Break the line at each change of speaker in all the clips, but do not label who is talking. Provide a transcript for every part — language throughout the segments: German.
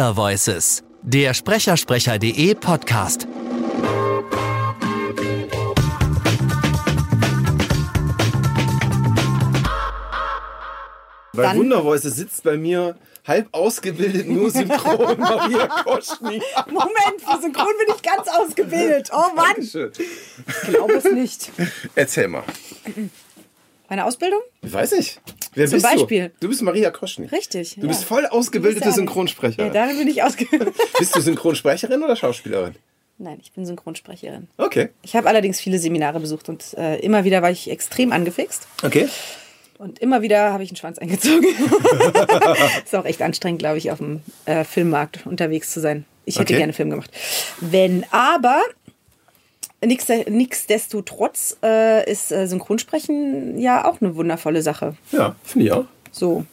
Wundervoices, der Sprechersprecher.de Podcast.
Bei
Dann-
Wundervoice sitzt bei mir halb ausgebildet nur synchron Maria Koschny.
Moment, für Synchron bin ich ganz ausgebildet. Oh Mann,
Dankeschön.
glaube es nicht.
Erzähl mal.
Meine Ausbildung?
Weiß ich. Wer
Zum
bist
Beispiel.
du? Du bist Maria Koschny.
Richtig,
Du
ja.
bist voll ausgebildete
Bist du-
Synchronsprecherin.
Ja, darin bin ich ausgebildet.
bist du Synchronsprecherin oder Schauspielerin?
Nein, ich bin Synchronsprecherin.
Okay.
Ich habe allerdings viele Seminare besucht und äh, immer wieder war ich extrem angefixt.
Okay.
Und immer wieder habe ich einen Schwanz eingezogen. ist auch echt anstrengend, glaube ich, auf dem äh, Filmmarkt unterwegs zu sein. Ich hätte
Okay.
gerne Film gemacht. Wenn aber, nix- nichtsdestotrotz äh, ist äh, Synchronsprechen ja auch eine wundervolle Sache.
Ja, finde ich auch.
So.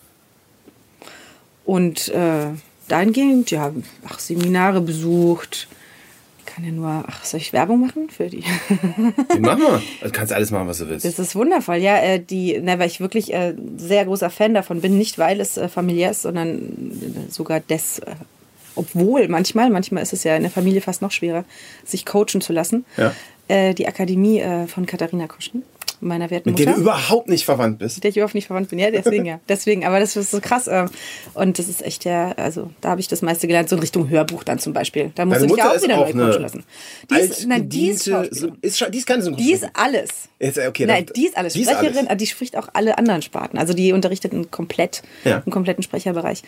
Und äh, dahingehend, ja, ach, Seminare besucht. Ich kann ja nur, ach, soll ich Werbung machen für die?
Wie machen wir? Also, Du kannst alles machen, was du willst.
Das ist wundervoll, ja. Äh, die, na, weil ich wirklich äh, sehr großer Fan davon bin. Nicht, weil es äh, familiär ist, sondern äh, sogar des. Äh, obwohl manchmal, manchmal ist es ja in der Familie fast noch schwerer, sich coachen zu lassen.
Ja.
Äh, die Akademie äh, von Katharina Koschny, meiner werten
Mit
Mutter.
dem du überhaupt nicht verwandt bist.
Der ich überhaupt nicht verwandt bin. Ja, deswegen, ja. Deswegen, aber das ist so krass. ähm, Und das ist echt der, also da habe ich das meiste gelernt, so in Richtung Hörbuch dann zum Beispiel. Da musste
Deine
ich ja
Mutter
auch
ist
wieder
auch
neu coachen
eine
lassen. Die ist, nein, die
altgediente
ist, Schauspielerin.
Syn- ist, Scha- die ist keine Synchronsprecherin.
die ist alles.
Jetzt, äh, okay,
Nein,
dann-
die ist alles.
die ist
Sprecherin, also-
alles.
aber die spricht auch alle anderen Sparten. Also die unterrichtet einen, komplett,
Ja.
einen kompletten Sprecherbereich.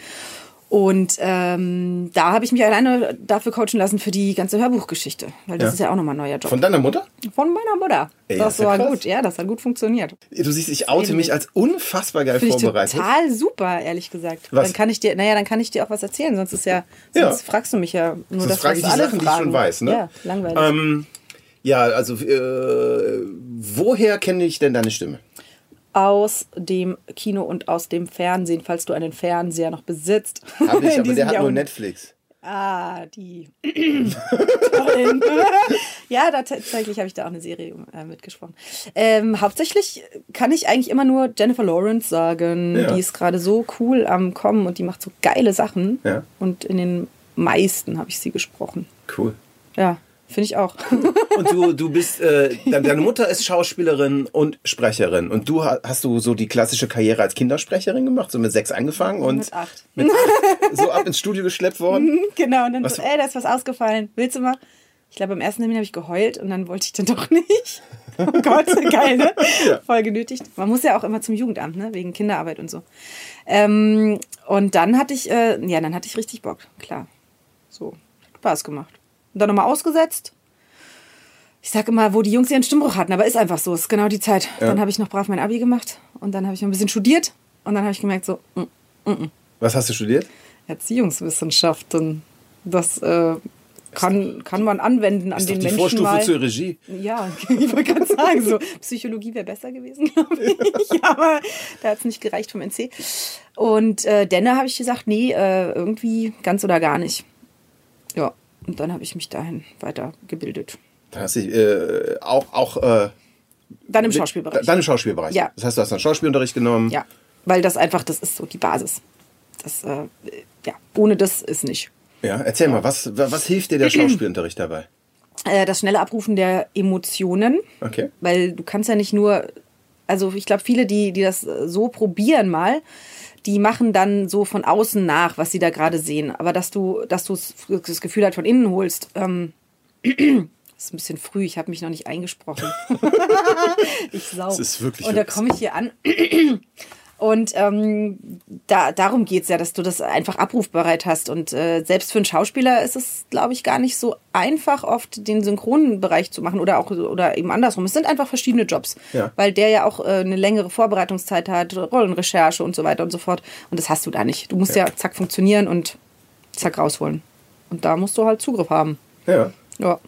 Und ähm, da habe ich mich alleine dafür coachen lassen für die ganze Hörbuchgeschichte. Weil das
Ja.
ist ja auch nochmal ein neuer Job.
Von deiner Mutter?
Von meiner Mutter.
Ey, das
das
ist ja
war
krass.
gut, ja, das hat gut funktioniert.
Du siehst, ich oute mich als unfassbar geil
Finde ich
vorbereitet.
total super, ehrlich gesagt.
Was?
Dann kann ich dir, naja, dann kann ich dir auch was erzählen, sonst ist ja,
Ja.
sonst fragst du mich ja nur
Sonst
das,
frage
was
ich die
alle
Sachen, die ich
fragen.
schon weiß, ne?
Ja, langweilig.
Ähm, ja, also äh, woher kenne ich denn deine Stimme?
aus dem Kino und aus dem Fernsehen, falls du einen Fernseher noch besitzt.
Hab ich,
In
aber der
diesem
hat nur
Jahrhundert.
Netflix.
Ah, die. Tollen. ja, da tatsächlich habe ich da auch eine Serie äh, mitgesprochen. Ähm, hauptsächlich kann ich eigentlich immer nur Jennifer Lawrence sagen.
Ja.
Die ist gerade so cool am Kommen und die macht so geile Sachen.
Ja.
Und in den meisten habe ich sie gesprochen.
Cool.
Ja, finde ich auch.
Und du, du bist, äh, de- deine Mutter ist Schauspielerin und Sprecherin. Und du ha- hast du so die klassische Karriere als Kindersprecherin gemacht, so mit sechs angefangen und
Mit acht.
mit acht so ab ins Studio geschleppt worden.
genau, und dann
Was-
so, ey, da ist was ausgefallen. Willst du mal? Ich glaube, im ersten Termin habe ich geheult und dann wollte ich dann doch nicht. Oh Gott, geil, ne? Voll genötigt. Man muss ja auch immer zum Jugendamt, ne? Wegen Kinderarbeit und so. Ähm, und dann hatte ich, äh, ja, dann hatte ich richtig Bock, klar. So, hat Spaß gemacht. Und dann nochmal ausgesetzt. Ich sage immer, wo die Jungs ihren Stimmbruch hatten, aber ist einfach so, ist genau die Zeit. Dann habe ich noch brav mein Abi gemacht und dann habe ich noch ein bisschen studiert und dann habe ich gemerkt, so, mm,
Was hast du studiert?
Erziehungswissenschaften. Das äh, kann, kann man anwenden an
Ist
den
doch die
Menschen
Vorstufe
mal.
zur Regie.
ja, ich wollte gerade sagen, so Psychologie wäre besser gewesen, glaube ich. Aber da hat es nicht gereicht vom NC. Und äh, dann habe ich gesagt, nee, äh, irgendwie ganz oder gar nicht. Ja, und dann habe ich mich dahin weitergebildet.
Dann hast du äh, auch, auch äh,
Dann im Schauspielbereich.
Dann im Schauspielbereich.
Ja.
Das heißt, du hast dann Schauspielunterricht genommen.
ja, weil das einfach, das ist so die Basis. Das, äh, ja, ohne das ist nicht.
Ja, erzähl mal, was, wa- was hilft dir der Schauspielunterricht dabei?
Äh, das schnelle Abrufen der Emotionen.
Okay.
Weil du kannst ja nicht nur, also ich glaube, viele, die, die das äh, so probieren mal, die machen dann so von außen nach, was sie da gerade sehen. Aber dass du, dass du s- das Gefühl halt von innen holst, ähm, ist ein bisschen früh, ich habe mich noch nicht eingesprochen. ich sau.
Das ist wirklich
Und da
wirklich-
komme ich hier an. Und ähm, da, darum geht's ja, dass du das einfach abrufbereit hast. Und äh, selbst für einen Schauspieler ist es, glaube ich, gar nicht so einfach, oft den synchronen Bereich zu machen oder auch oder eben andersrum. Es sind einfach verschiedene Jobs,
Ja.
weil der ja auch äh, eine längere Vorbereitungszeit hat, Rollenrecherche und so weiter und so fort. Und das hast du da nicht. Du musst ja, zack funktionieren und zack rausholen. Und da musst du halt Zugriff haben.
Ja.
Ja.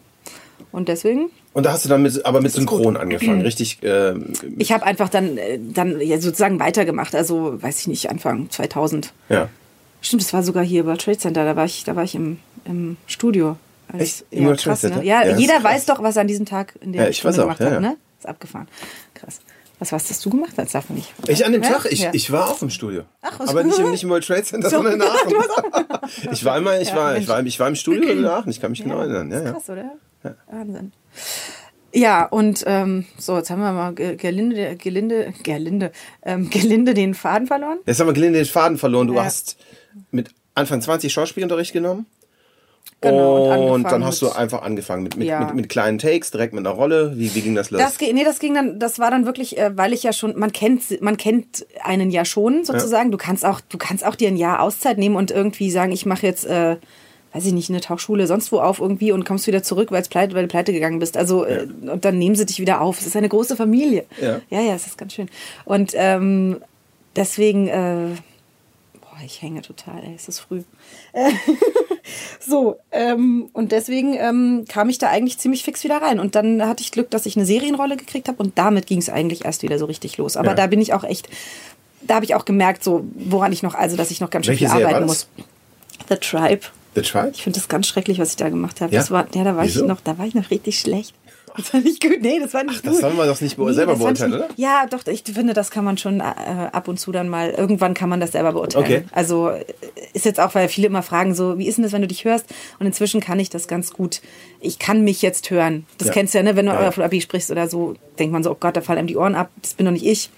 Und deswegen
Und da hast du dann mit, aber mit Synchron angefangen, richtig? ähm,
Ich habe einfach dann, äh, dann ja, sozusagen weitergemacht. Also, weiß ich nicht, Anfang 2000.
ja.
Stimmt, das war sogar hier bei Trade Center. Da war ich, da war ich im, im Studio. Als-
Echt? Im
Ja,
World
krass,
Trade
ne?
Center?
ja,
Ja, das ist
jeder
krass.
weiß doch, was er an diesem Tag in der
Ja, ich
Stunde
weiß auch,
gemacht
ja,
hat.
ja.
Ne? Ist abgefahren. Krass. Was, was hast du gemacht? Das darf man nicht.
Ich an dem
Ja?
Tag, ich,
Ja.
ich war auch im Studio.
Ach, was-
Aber nicht im, nicht im World Trade Center, sondern in Aachen. ich war immer, ich,
Ja,
war,
Mensch.
ich, war, ich war im Studio in Aachen, ich kann mich genau erinnern. Ja,
ist
ja.
krass, oder? Wahnsinn. Ja, und ähm, so, jetzt haben wir mal Ge- gelinde, gelinde, gelinde, ähm, gelinde den Faden verloren.
Jetzt haben wir gelinde den Faden verloren. Du
Ja.
hast mit Anfang 20 Schauspielunterricht genommen.
Genau, und
und,
angefangen
dann hast du
mit-
einfach angefangen mit, mit,
Ja.
mit, mit kleinen Takes, direkt mit einer Rolle. Wie, wie ging das los?
Das, ge- nee, das ging dann, das war dann wirklich, äh, weil ich ja schon, man kennt, man kennt einen ja schon sozusagen. Du kannst auch, du kannst auch dir ein Jahr Auszeit nehmen und irgendwie sagen, ich mache jetzt, äh, weiß ich nicht, eine Tauchschule sonst wo auf irgendwie und kommst wieder zurück, weil's pleite, weil du pleite gegangen bist. Also äh, und dann nehmen sie dich wieder auf. Es ist eine große Familie.
Ja.
ja, ja es ist ganz schön. Und ähm, deswegen. Äh, Boah, ich hänge total, ey, es ist früh. Äh, so, ähm, und deswegen ähm, kam ich da eigentlich ziemlich fix wieder rein. Und dann hatte ich Glück, dass ich eine Serienrolle gekriegt habe und damit ging es eigentlich erst wieder so richtig los. Aber
Ja.
da bin ich auch echt, da habe ich auch gemerkt, so woran ich noch, also dass ich noch ganz schön
Welche
viel
Serie
arbeiten
war
muss.
das?
The Tribe.
The Tribe?
Ich finde das ganz schrecklich, was ich da gemacht habe.
Ja?
Das war, ja, da war ich
Wieso?
noch, da war ich noch richtig schlecht. Das war nicht gut. Nee, das war nicht
das
gut.
sollen wir doch nicht beur- selber
das fand ich
beurteilen,
nicht- Ja, doch, ich finde, das kann man schon äh, ab und zu dann mal, irgendwann kann man das selber beurteilen.
Okay.
Also äh, ist jetzt auch, weil viele immer fragen, so, wie ist denn das, wenn du dich hörst? Und inzwischen kann ich das ganz gut. Ich kann mich jetzt hören. Das
Ja.
kennst du ja, ne? Wenn du
Ja, ja.
auf Abi sprichst oder so, denkt man so, oh Gott, da fallen einem die Ohren ab, das bin doch nicht ich.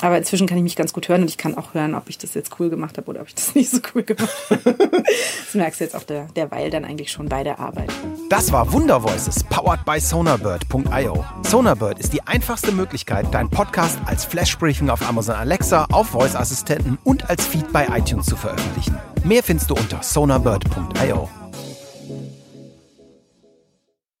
Aber inzwischen kann ich mich ganz gut hören und ich kann auch hören, ob ich das jetzt cool gemacht habe oder ob ich das nicht so cool gemacht habe. das merkst du jetzt auch der, derweil dann eigentlich schon bei der Arbeit.
Das war Wundervoices, powered by sonarbird.io. Sonarbird ist die einfachste Möglichkeit, deinen Podcast als Flashbriefing auf Amazon Alexa, auf Voice-Assistenten und als Feed bei iTunes zu veröffentlichen. Mehr findest du unter sonarbird.io.